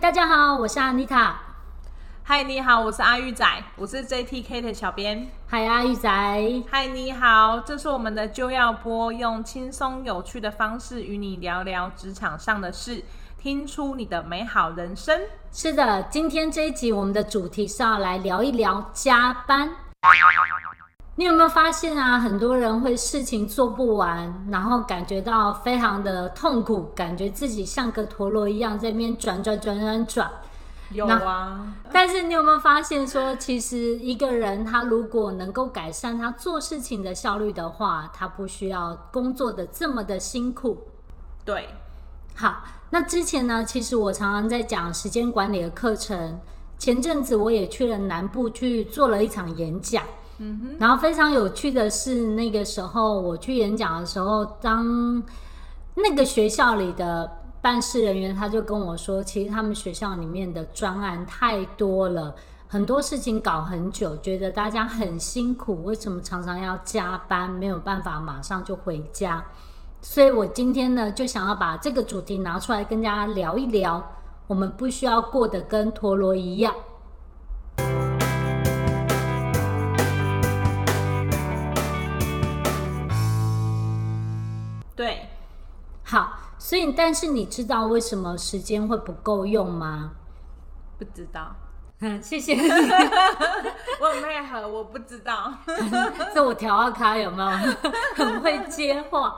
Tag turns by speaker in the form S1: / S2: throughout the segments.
S1: 大家好，我是 Anita。
S2: 嗨，你好，我是阿玉仔，我是 JTK 的小编。
S1: 嗨，阿玉仔。
S2: 嗨，你好，这是我们的就要播，用轻松有趣的方式与你聊聊职场上的事，听出你的美好人生。
S1: 是的，今天这一集我们的主题是要来聊一聊加班。你有没有发现啊？很多人会事情做不完，然后感觉到非常的痛苦，感觉自己像个陀螺一样在那边转转转转转。
S2: 有啊，
S1: 但是你有没有发现说，其实一个人他如果能够改善他做事情的效率的话，他不需要工作的这么的辛苦。
S2: 对，
S1: 好，那之前呢，其实我常常在讲时间管理的课程。前阵子我也去了南部去做了一场演讲，
S2: 嗯哼，
S1: 然后非常有趣的是，那个时候我去演讲的时候，当那个学校里的办事人员他就跟我说，其实他们学校里面的专案太多了，很多事情搞很久，觉得大家很辛苦，为什么常常要加班，没有办法马上就回家？所以我今天呢，就想要把这个主题拿出来跟大家聊一聊，我们不需要过得跟陀螺一样。
S2: 对，
S1: 好，所以但是你知道为什么时间会不够用吗？
S2: 不知道，
S1: 嗯，谢谢
S2: 我很配合，我不知道。
S1: 这我调到咖有没有？很会接话。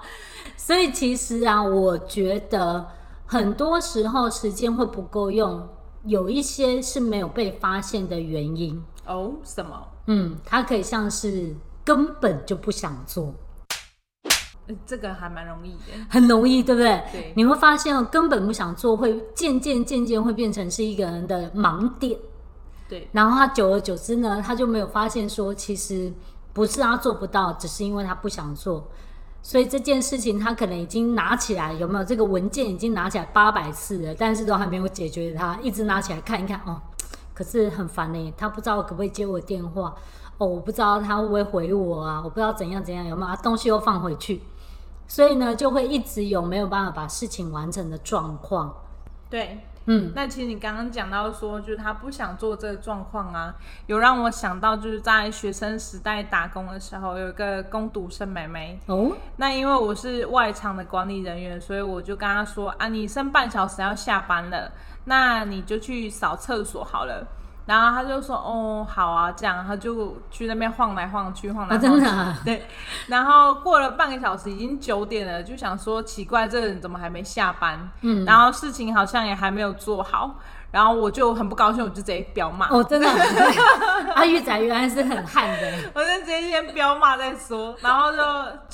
S1: 所以其实啊，我觉得很多时候时间会不够用，有一些是没有被发现的原因。
S2: 哦，什么？
S1: 嗯，它可以像是根本就不想做，
S2: 呃这个还蛮容易的。
S1: 很容易，对不对？
S2: 对
S1: 你会发现哦，根本不想做，会渐渐渐渐会变成是一个人的盲点。
S2: 对，
S1: 然后他久而久之呢，他就没有发现说，其实不是他做不到，只是因为他不想做。所以这件事情他可能已经拿起来，有没有这个文件已经拿起来八百次了，但是都还没有解决它，一直拿起来看一看哦。可是很烦呢、他不知道可不可以接我电话，哦，我不知道他会不会回我啊，我不知道怎样怎样，有没有、啊、东西又放回去，所以呢就会一直有没有办法把事情完成的状况，
S2: 对。
S1: 嗯。
S2: 那其实你刚刚讲到说，就是他不想做这个状况啊，有让我想到就是在学生时代打工的时候，有一个工读生妹妹。
S1: 哦，
S2: 那因为我是外场的管理人员，所以我就跟她说啊，你剩半小时要下班了，那你就去扫厕所好了。然后她就说哦，好啊，这样，她就去那边晃来晃去，晃来
S1: 啊，
S2: 晃去。
S1: 真的、啊，
S2: 对，然后过了半个小时，已经九点了，就想说奇怪，这个人怎么还没下班？
S1: 嗯
S2: 然后事情好像也还没有做好，然后我就很不高兴，我就直接飙骂，
S1: 哦，真的啊，阿玉仔原来是很悍的，
S2: 我就直接先飙骂再说，然后就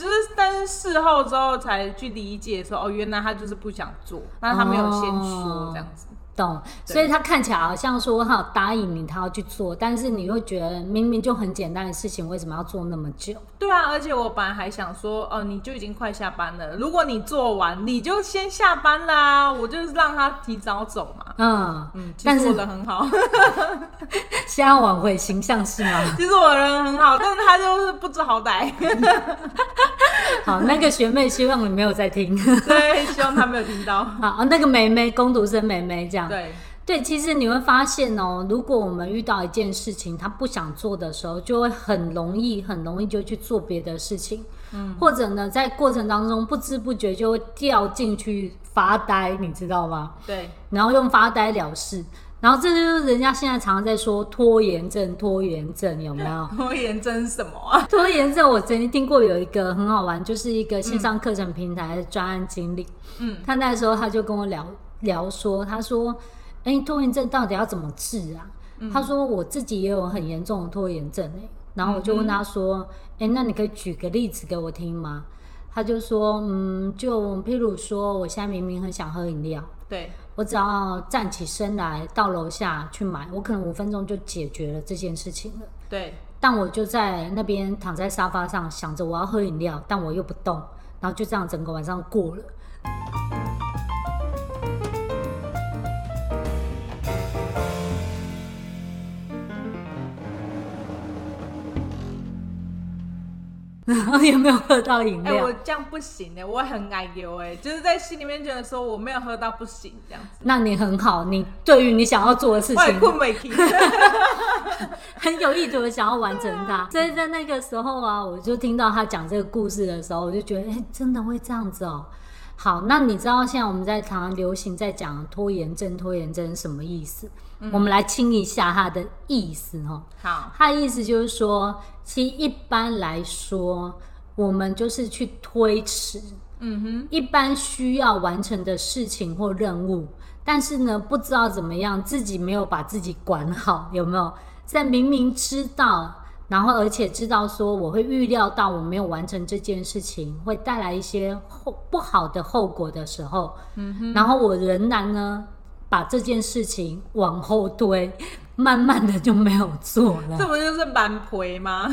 S2: 就是但是事后之后才去理解说，哦，原来他就是不想做，那他没有先说
S1: 哦
S2: 这样子，
S1: 懂？
S2: 对
S1: 所以他看起来好像说他有答应你，他要去做，但是你会觉得明明就很简单的事情，为什么要做那么久？
S2: 对啊，而且我本来还想说，哦，你就已经快下班了，如果你做完，你就先下班啦，我就是让他提早走嘛。
S1: 嗯，
S2: 嗯，其
S1: 但
S2: 实
S1: 是
S2: 做的很好，
S1: 现在挽回形象是吗？
S2: 其实我人很好，但是他就是不知好歹。
S1: 好，那个学妹希望你没有在听，
S2: 对，希望他没有听到。
S1: 好，哦那个妹妹，攻读生妹妹这样，
S2: 对，
S1: 对，其实你会发现哦，如果我们遇到一件事情他不想做的时候，就会很容易、很容易就去做别的事情，嗯，或者呢，在过程当中不知不觉就会掉进去发呆，你知道吗？
S2: 对，
S1: 然后用发呆了事，然后这就是人家现在常常在说拖延症，拖延症有没有？
S2: 拖延症是什么啊？
S1: 拖延症，我曾经听过有一个很好玩，就是一个线上课程平台的专案经理，
S2: 嗯，
S1: 他那时候他就跟我聊聊说，他说：“哎、拖延症到底要怎么治啊？”他说：“我自己也有很严重的拖延症、欸、然后我就问他说：“哎、那你可以举个例子给我听吗？”他就说：“嗯，就譬如说，我现在明明很想喝饮料，
S2: 对，
S1: 我只要站起身来到楼下去买，我可能五分钟就解决了这件事情了。
S2: 对，
S1: 但我就在那边躺在沙发上，想着我要喝饮料，但我又不动，然后就这样整个晚上过了。 然后也没有喝到饮
S2: 哎、
S1: 料。
S2: 我这样不行的、我很奶油哎、就是在心里面觉得说我没有喝到不行这样子，
S1: 那你很好，你对于你想要做的事
S2: 我也
S1: 情
S2: 困没停。
S1: 很有意图的想要完成它。所以在那个时候啊，我就听到他讲这个故事的时候，我就觉得，哎、真的会这样子哦。好，那你知道现在我们在常常流行在讲拖延症，拖延症是什么意思？我们来清一下它的意思哦。
S2: 好，
S1: 他的意思就是说，其实一般来说，我们就是去推迟
S2: 嗯哼，
S1: 一般需要完成的事情或任务，但是呢，不知道怎么样，自己没有把自己管好，有没有？在明明知道，然后而且知道说我会预料到我没有完成这件事情会带来一些后不好的后果的时候，
S2: 嗯哼，
S1: 然后我仍然呢把这件事情往后推，慢慢的就没有做
S2: 这
S1: 了。
S2: 不就是蛮陪吗？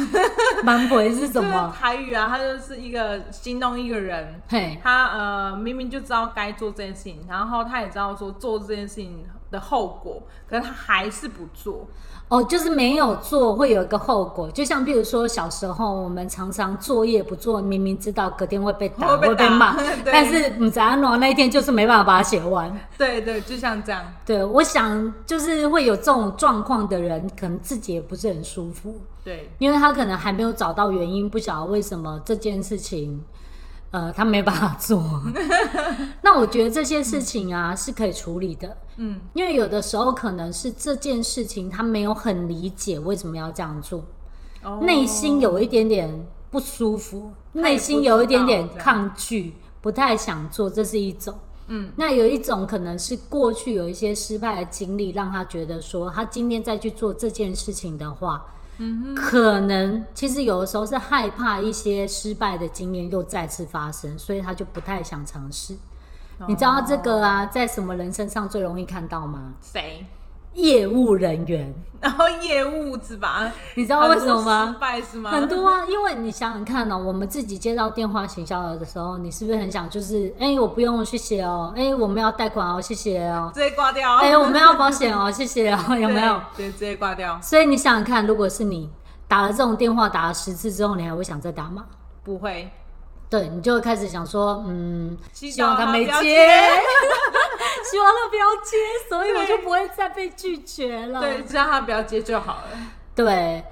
S1: 蛮不会是
S2: 就
S1: 什
S2: 是
S1: 么？
S2: 台语啊，他就是一个形容一个人，
S1: 嘿，
S2: 他呃明明就知道该做这件事情，然后他也知道说做这件事情的后果，可是他还是不做。
S1: 哦，就是没有做会有一个后果，就像比如说小时候我们常常作业不做，明明知道隔天会被打、
S2: 会被打
S1: 骂
S2: 对，
S1: 但是你怎样弄那一天就是没办法把它写完。
S2: 对对，就像这样。
S1: 对，我想就是会有这种状况的人，可能自己也不是很舒服，
S2: 对，
S1: 因为他可能还没有找到原因，不晓得为什么这件事情，呃，他没办法做。 那我觉得这些事情啊、是可以处理的，
S2: 嗯，
S1: 因为有的时候可能是这件事情他没有很理解为什么要这样做。
S2: 哦
S1: 内心有一点点不舒服，
S2: 他也不
S1: 内心有一点点
S2: 知道这样
S1: 抗拒，不太想做，这是一种。
S2: 嗯
S1: 那有一种可能是过去有一些失败的经历，让他觉得说，他今天再去做这件事情的话，
S2: 嗯
S1: 可能其实有的时候是害怕一些失败的经验又再次发生，所以他就不太想尝试。
S2: 哼，
S1: 你知道
S2: 哦
S1: 这个啊，在什么人身上最容易看到吗？
S2: 谁？
S1: 业务人员，
S2: 然后业务是吧？
S1: 你知道为什么
S2: 很多
S1: 吗
S2: 失？败是吗？
S1: 很多啊，因为你想想看呢、哦我们自己接到电话行销的时候，你是不是很想就是，哎、我不用，谢谢哦，哎、我们要贷款哦，谢谢哦，
S2: 直接挂掉。
S1: 哎、我们要保险哦，谢谢哦， 有没有？
S2: 对？对，直接挂掉。
S1: 所以你想想看，如果是你打了这种电话打了十次之后，你还会想再打吗？
S2: 不会，
S1: 对你就会开始想说，嗯，
S2: 希
S1: 希望
S2: 望
S1: 他
S2: 他
S1: 没
S2: 不要
S1: 接
S2: 接，
S1: 希望他不要接，所以我就
S2: 对
S1: 不会再被拒绝了。
S2: 对，只要他不要接就好了。
S1: 对。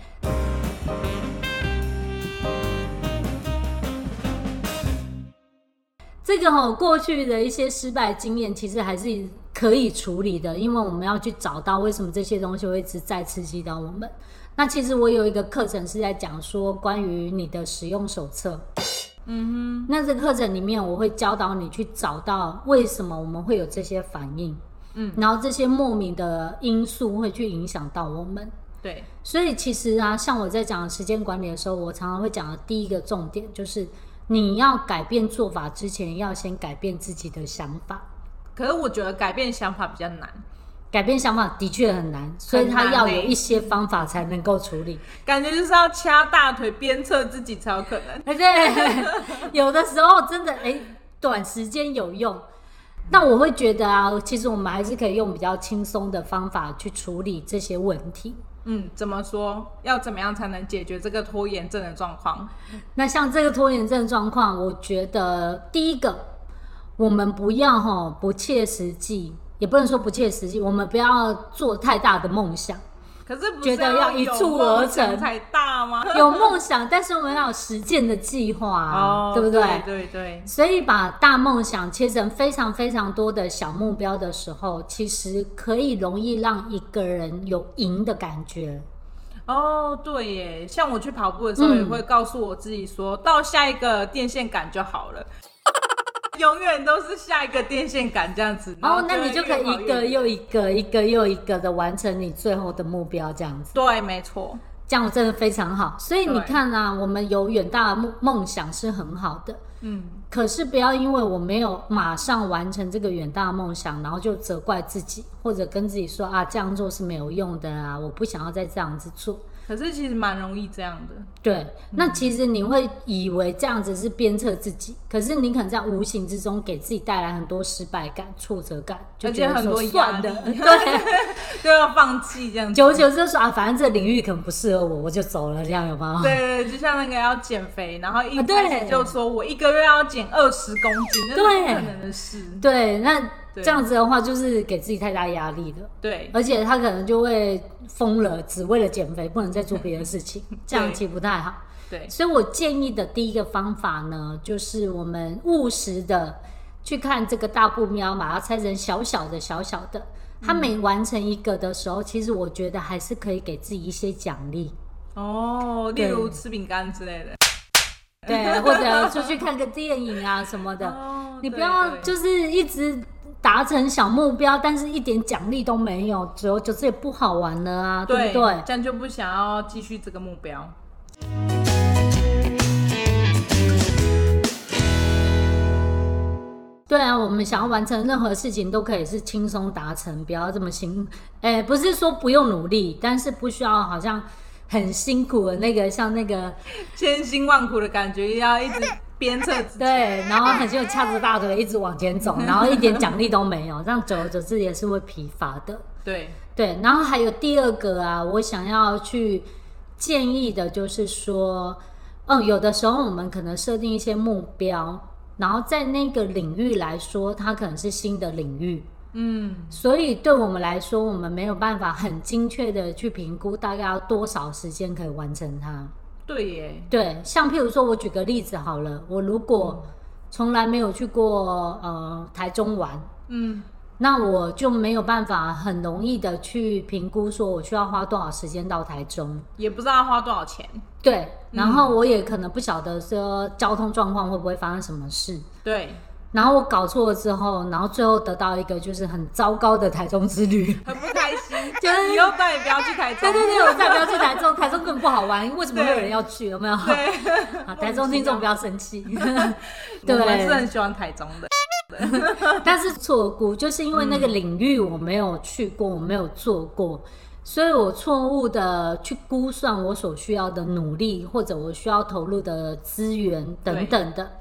S1: 这个哈、过去的一些失败经验，其实还是可以处理的，因为我们要去找到为什么这些东西会一直再刺激到我们。那其实我有一个课程是在讲说关于你的使用手册，
S2: 嗯
S1: 那这个课程里面我会教导你去找到为什么我们会有这些反应，
S2: 哼，嗯，
S1: 然后这些莫名的因素会去影响到我们。
S2: 对，
S1: 所以其实啊，像我在讲时间管理的时候，我常常会讲的第一个重点就是，你要改变做法之前，要先改变自己的想法。
S2: 可是我觉得改变想法比较难，
S1: 改变想法的确很难，所以它
S2: 很难
S1: 要
S2: 欸
S1: 有一些方法才能够处理。
S2: 感觉就是要掐大腿鞭策自己才有可能。
S1: 而且 有的时候真的哎、短时间有用。那我会觉得啊，其实我们还是可以用比较轻松的方法去处理这些问题。
S2: 嗯，怎么说？要怎么样才能解决这个拖延症的状况？
S1: 那像这个拖延症状况，我觉得第一个，我们不要哈不切实际，也不能说不切实际，我们不要做太大的梦想。
S2: 可是不是
S1: 觉得要一
S2: 有
S1: 蹴
S2: 梦
S1: 而
S2: 想
S1: 成
S2: 才大吗？
S1: 有梦想，但是我们要有实践的计划啊、
S2: 哦，
S1: 对不对？
S2: 对对对，
S1: 所以把大梦想切成非常非常多的小目标的时候，其实可以容易让一个人有赢的感觉。
S2: 哦，对耶，像我去跑步的时候，
S1: 嗯
S2: 也会告诉我自己说，到下一个电线杆就好 了，永远都是下一个电线杆这样子。然
S1: 哦
S2: 后，
S1: 那你就可以
S2: 会
S1: 一
S2: 越跑
S1: 个
S2: 越
S1: 又一个、一个又一个的完成你最后的目标，这样子。
S2: 对，没错，
S1: 这样真的非常好。所以你看啊，我们有远大的梦梦想是很好的，
S2: 嗯，
S1: 可是不要因为我没有马上完成这个远大的梦想，然后就责怪自己，或者跟自己说啊，这样做是没有用的啊，我不想要再这样子做。
S2: 可是其实蛮容易这样的。
S1: 对，
S2: 嗯
S1: 那其实你会以为这样子是鞭策自己，可是你可能在无形之中给自己带来很多失败感、挫折感，就
S2: 而
S1: 觉
S2: 且
S1: 得
S2: 很
S1: 说
S2: 多压
S1: 算
S2: 力
S1: 的， 对，
S2: 都要放弃这样子。
S1: 久而久之就说啊，反正这领域可能不适合我，我就走了，这样有吗？
S2: 对对，对就像那个要减肥，然后一
S1: 啊对
S2: 开始就说我一个月要减二十公斤，那是
S1: 对
S2: 不可能的事。
S1: 对，那
S2: 对
S1: 这样子的话就是给自己太大压力了，
S2: 对，
S1: 而且他可能就会疯了，只为了减肥，不能再做别的事情，这样其实不太好。
S2: 对，
S1: 所以我建议的第一个方法呢，就是我们务实的去看这个大步喵，把它拆成小小的、小小的。它每完成一个的时候，其实我觉得还是可以给自己一些奖励，
S2: 哦，例
S1: 对
S2: 如吃饼干之类的。
S1: 对，或者出去看个电影啊什么的。
S2: 哦
S1: 你不
S2: 对
S1: 要
S2: 对
S1: 就是一直达成小目标，但是一点奖励都没有，久而久之也不好玩了啊，对
S2: 对
S1: 不对？
S2: 这样就不想要继续这个目标。
S1: 对啊，我们想要完成任何事情都可以是轻松达成，不要这么辛，哎、不是说不用努力，但是不需要好像很辛苦的那个，像那个
S2: 千辛万苦的感觉，要一直鞭策自己。
S1: 对，然后很就掐着大腿一直往前走，然后一点奖励都没有，这样久而久之也是会疲乏的。
S2: 对，
S1: 对，然后还有第二个啊，我想要去建议的就是说，嗯，有的时候我们可能设定一些目标，然后在那个领域来说，它可能是新的领域，
S2: 嗯，
S1: 所以对我们来说，我们没有办法很精确的去评估大概要多少时间可以完成它。
S2: 对耶，
S1: 对，像譬如说，我举个例子好了，我如果从来没有去过呃台中玩，
S2: 嗯，
S1: 那我就没有办法很容易的去评估说我需要花多少时间到台中。
S2: 也不知道要花多少钱。
S1: 对，然
S2: 嗯
S1: 后我也可能不晓得说交通状况会不会发生什么事。
S2: 对，
S1: 然后我搞错了之后，然后最后得到一个就是很糟糕的台中之旅。
S2: 很不开心，
S1: 就是
S2: 以后再也不要去台中。
S1: 对对对，我再不要去台中，台中更不好玩。为什么会有人要去？有没有？
S2: 对，
S1: 啊，台中听众不要生气。
S2: 我们 是
S1: 对，
S2: 很喜欢台中的。
S1: 但是错估就是因为那个领域我没有去过，我没有做过，所以我错误的去估算我所需要的努力，或者我需要投入的资源等等的。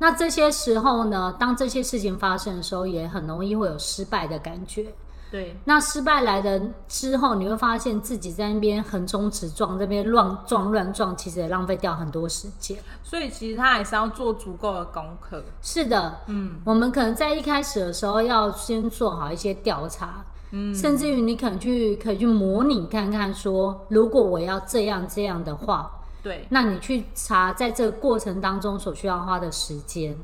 S1: 那这些时候呢，当这些事情发生的时候，也很容易会有失败的感觉。
S2: 对，
S1: 那失败来的之后，你会发现自己在那边横冲直撞，这边乱撞乱撞，其实也浪费掉很多时间。
S2: 所以其实他还是要做足够的功课。
S1: 是的，
S2: 嗯，
S1: 我们可能在一开始的时候要先做好一些调查，
S2: 嗯，
S1: 甚至于你可能去可以去模拟看看说如果我要这样这样的话，
S2: 对，
S1: 那你去查在这个过程当中所需要花的时间。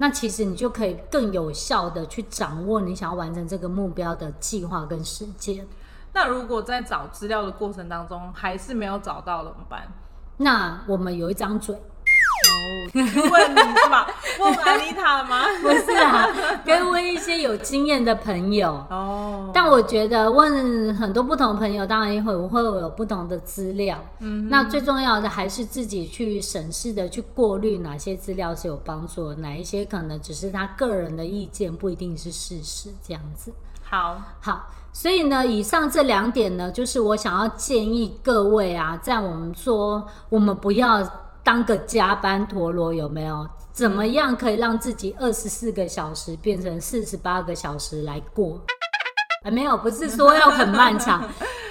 S1: 那其实你就可以更有效的去掌握你想要完成这个目标的计划跟时间。
S2: 那如果在找资料的过程当中还是没有找到怎么办？
S1: 那我们有一张嘴，哦
S2: 问你是吧？问安妮塔吗？
S1: 不是 啊，跟问一些有经验的朋友。
S2: 哦，
S1: 但我觉得问很多不同朋友，当然会会有不同的资料。
S2: 嗯，
S1: 那最重要的还是自己去审视的去过滤哪些资料是有帮助的，哪一些可能只是他个人的意见，不一定是事实这样子。
S2: 好，
S1: 好，所以呢，以上这两点呢，就是我想要建议各位啊，在我们说我们不要当个加班陀螺，有没有？怎么样可以让自己二十四个小时变成四十八个小时来过？啊，没有，不是说要很漫长，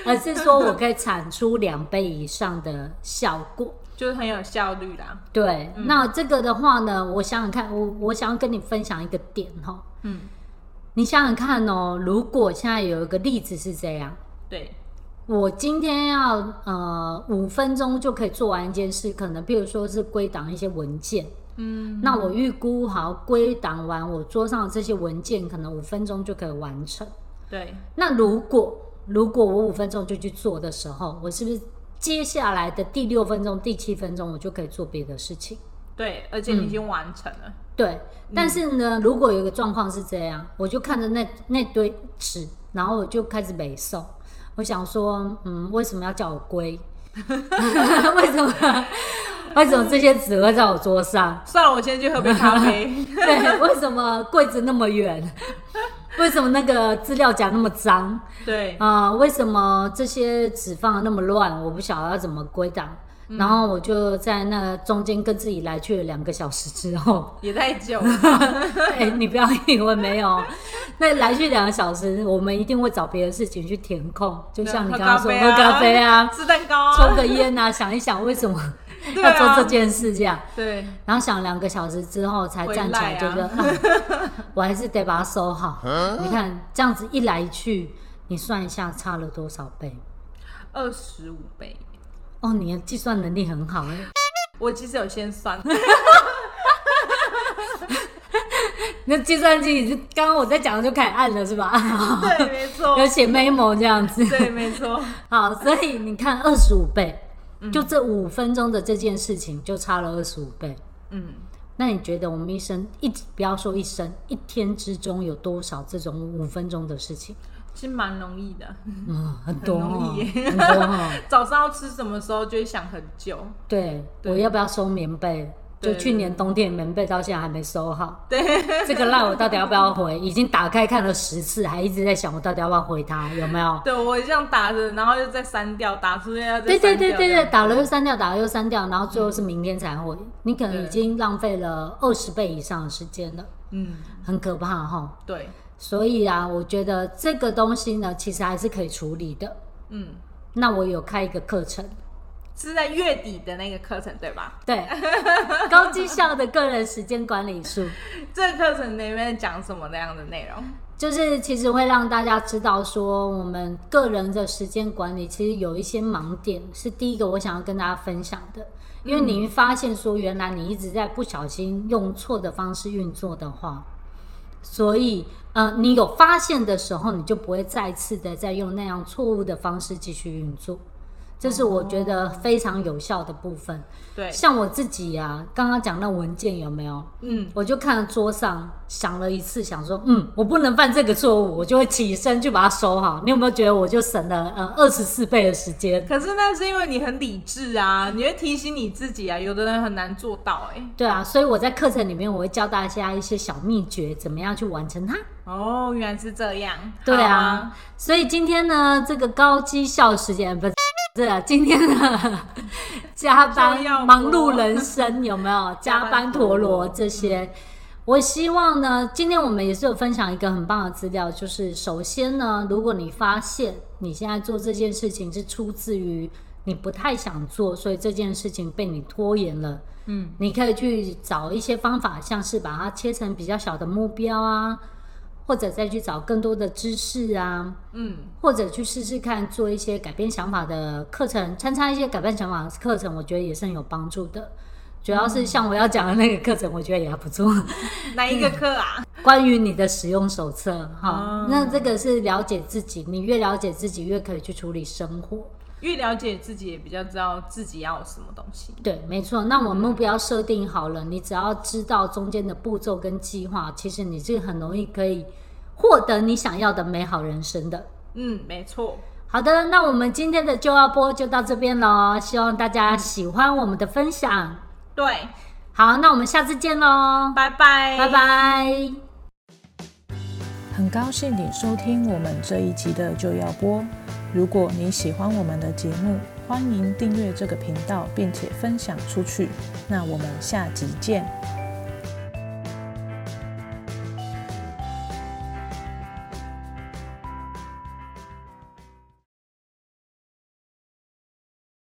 S1: 而是说我可以产出两倍以上的效果。
S2: 就是很有效率啦。
S1: 对，那这个的话呢，我想想看，我我想要跟你分享一个点哈，
S2: 嗯，
S1: 你想想看哦，如果现在有一个例子是这样，
S2: 对，
S1: 我今天要呃五分钟就可以做完一件事，可能譬如说是归档一些文件，
S2: 嗯，
S1: 那我预估好归档完我桌上的这些文件，可能五分钟就可以完成。
S2: 对，
S1: 那如果如果我五分钟就去做的时候，我是不是接下来的第六分钟、第七分钟我就可以做别的事情？
S2: 对，而且你已经完成了。
S1: 对，但是呢，如果有一个状况是这样，我就看着那那堆纸，然后我就开始北诵。我想说，嗯，为什么要叫我龟？ 为什么？为什么这些纸会在我桌上？
S2: 算了，我先去喝杯咖啡。
S1: 对，为什么柜子那么远？为什么那个资料夹那么脏
S2: 对，
S1: 啊、为什么这些纸放的那么乱？我不晓得要怎么归档。然后我就在那中间跟自己来去了两个小时之后，
S2: 也太久了。
S1: 哎、你不要以为没有，那来去两个小时，我们一定会找别的事情去填空，就 像你刚刚说啊喝咖啡啊，
S2: 吃蛋糕
S1: 抽
S2: 啊，
S1: 个烟啊，想一想为 什么
S2: 对
S1: 要
S2: 啊
S1: 做这件事这样。
S2: 对，
S1: 然后想两个小时之后才站起来，就觉 得、啊我还是得把它收好。你看这样子一来一去，你算一下差了多少倍？
S2: 二十五倍。
S1: 哦，你的计算能力很好哎、
S2: 我其实有先 算，
S1: 那计算机你是刚刚我在讲的就开始按了是吧？
S2: 对，没错
S1: 有，写 memo 这样子。
S2: 对，没错，
S1: 好，所以你看二十五倍，
S2: 嗯
S1: 就这五分钟的这件事情就差了二十五倍。
S2: 嗯，
S1: 那你觉得我们一生一不要说一生一天之中有多少这种五分钟的事情？
S2: 其实蛮容易的。
S1: 嗯，很多、
S2: 很
S1: 哦
S2: 容易，耶
S1: 很多、 哦。
S2: 早上要吃什么时候就会想很久，
S1: 对，
S2: 对
S1: 我要不要收棉被？就
S2: 对
S1: 去年冬天棉被到现在还没收好。对，这个赖我到底要不要回？已经打开看了十次，还一直在想我到底要不要回他，有没有？
S2: 对我这样打着，然后又再删掉，打出去要再
S1: 对对
S2: 删掉
S1: 对对
S2: 这样嗯
S1: 对，打了又删掉，打了又删掉，然后最后是明天才回。你可能
S2: 对
S1: 已经浪费了二十倍以上的时间了，
S2: 嗯，
S1: 很可怕哈。
S2: 对，
S1: 所以啊，我觉得这个东西呢，其实还是可以处理的。
S2: 嗯，
S1: 那我有开一个课程，
S2: 是在月底的那个课程对吧？
S1: 对， 高绩效的个人时间管理术。
S2: 这个课程里面讲什么那样的内容？
S1: 就是其实会让大家知道说，我们个人的时间管理其实有一些盲点，是第一个我想要跟大家分享的。因为你会发现说，原来你一直在不小心用错的方式运作的话，所以呃，你有发现的时候，你就不会再次的再用那样错误的方式继续运作。这是我觉得非常有效的部分。
S2: 哦对，
S1: 像我自己呀、啊，刚刚讲那文件有没有？
S2: 嗯，
S1: 我就看了桌上，想了一次，想说，嗯，我不能犯这个错误，我就会起身去把它收好。你有没有觉得我就省了呃二十四倍的时间？
S2: 可是那是因为你很理智啊，你会提醒你自己啊，有的人很难做到哎、
S1: 对啊，所以我在课程里面我会教大家一些小秘诀，怎么样去完成它。
S2: 哦，原来是这样，
S1: 对
S2: 好
S1: 啊，，所以今天呢，这个高绩效时间不是。是啊，今天呢，加班
S2: 重要
S1: 忙碌人生有没有？加班陀螺这些，我希望呢，今天我们也是有分享一个很棒的资料，就是首先呢，如果你发现你现在做这件事情是出自于你不太想做，所以这件事情被你拖延了，
S2: 嗯，
S1: 你可以去找一些方法，像是把它切成比较小的目标啊，或者再去找更多的知识啊，
S2: 嗯，
S1: 或者去试试看做一些改变想法的课程，参加一些改变想法的课程，我觉得也是很有帮助的。主要是像我要讲的那个课程，我觉得也还不错。
S2: 哪一个课啊？
S1: 关于你的使用手册，哈，
S2: 哦
S1: 那这个是了解自己，你越了解自己，越可以去处理生活。
S2: 越了解自己，也比较知道自己要什么东西。
S1: 对，没错。那我目标设定好了，你只要知道中间的步骤跟计划，其实你是很容易可以获得你想要的美好人生的。
S2: 嗯，没错。
S1: 好的，那我们今天的就要播就到这边喽，希望大家喜欢我们的分享。
S2: 对，
S1: 好，那我们下次见喽，
S2: 拜拜，
S1: 拜。拜。
S3: 很高兴你收听我们这一集的就要播。如果你喜欢我们的节目，欢迎订阅这个频道，并且分享出去。那我们下集见。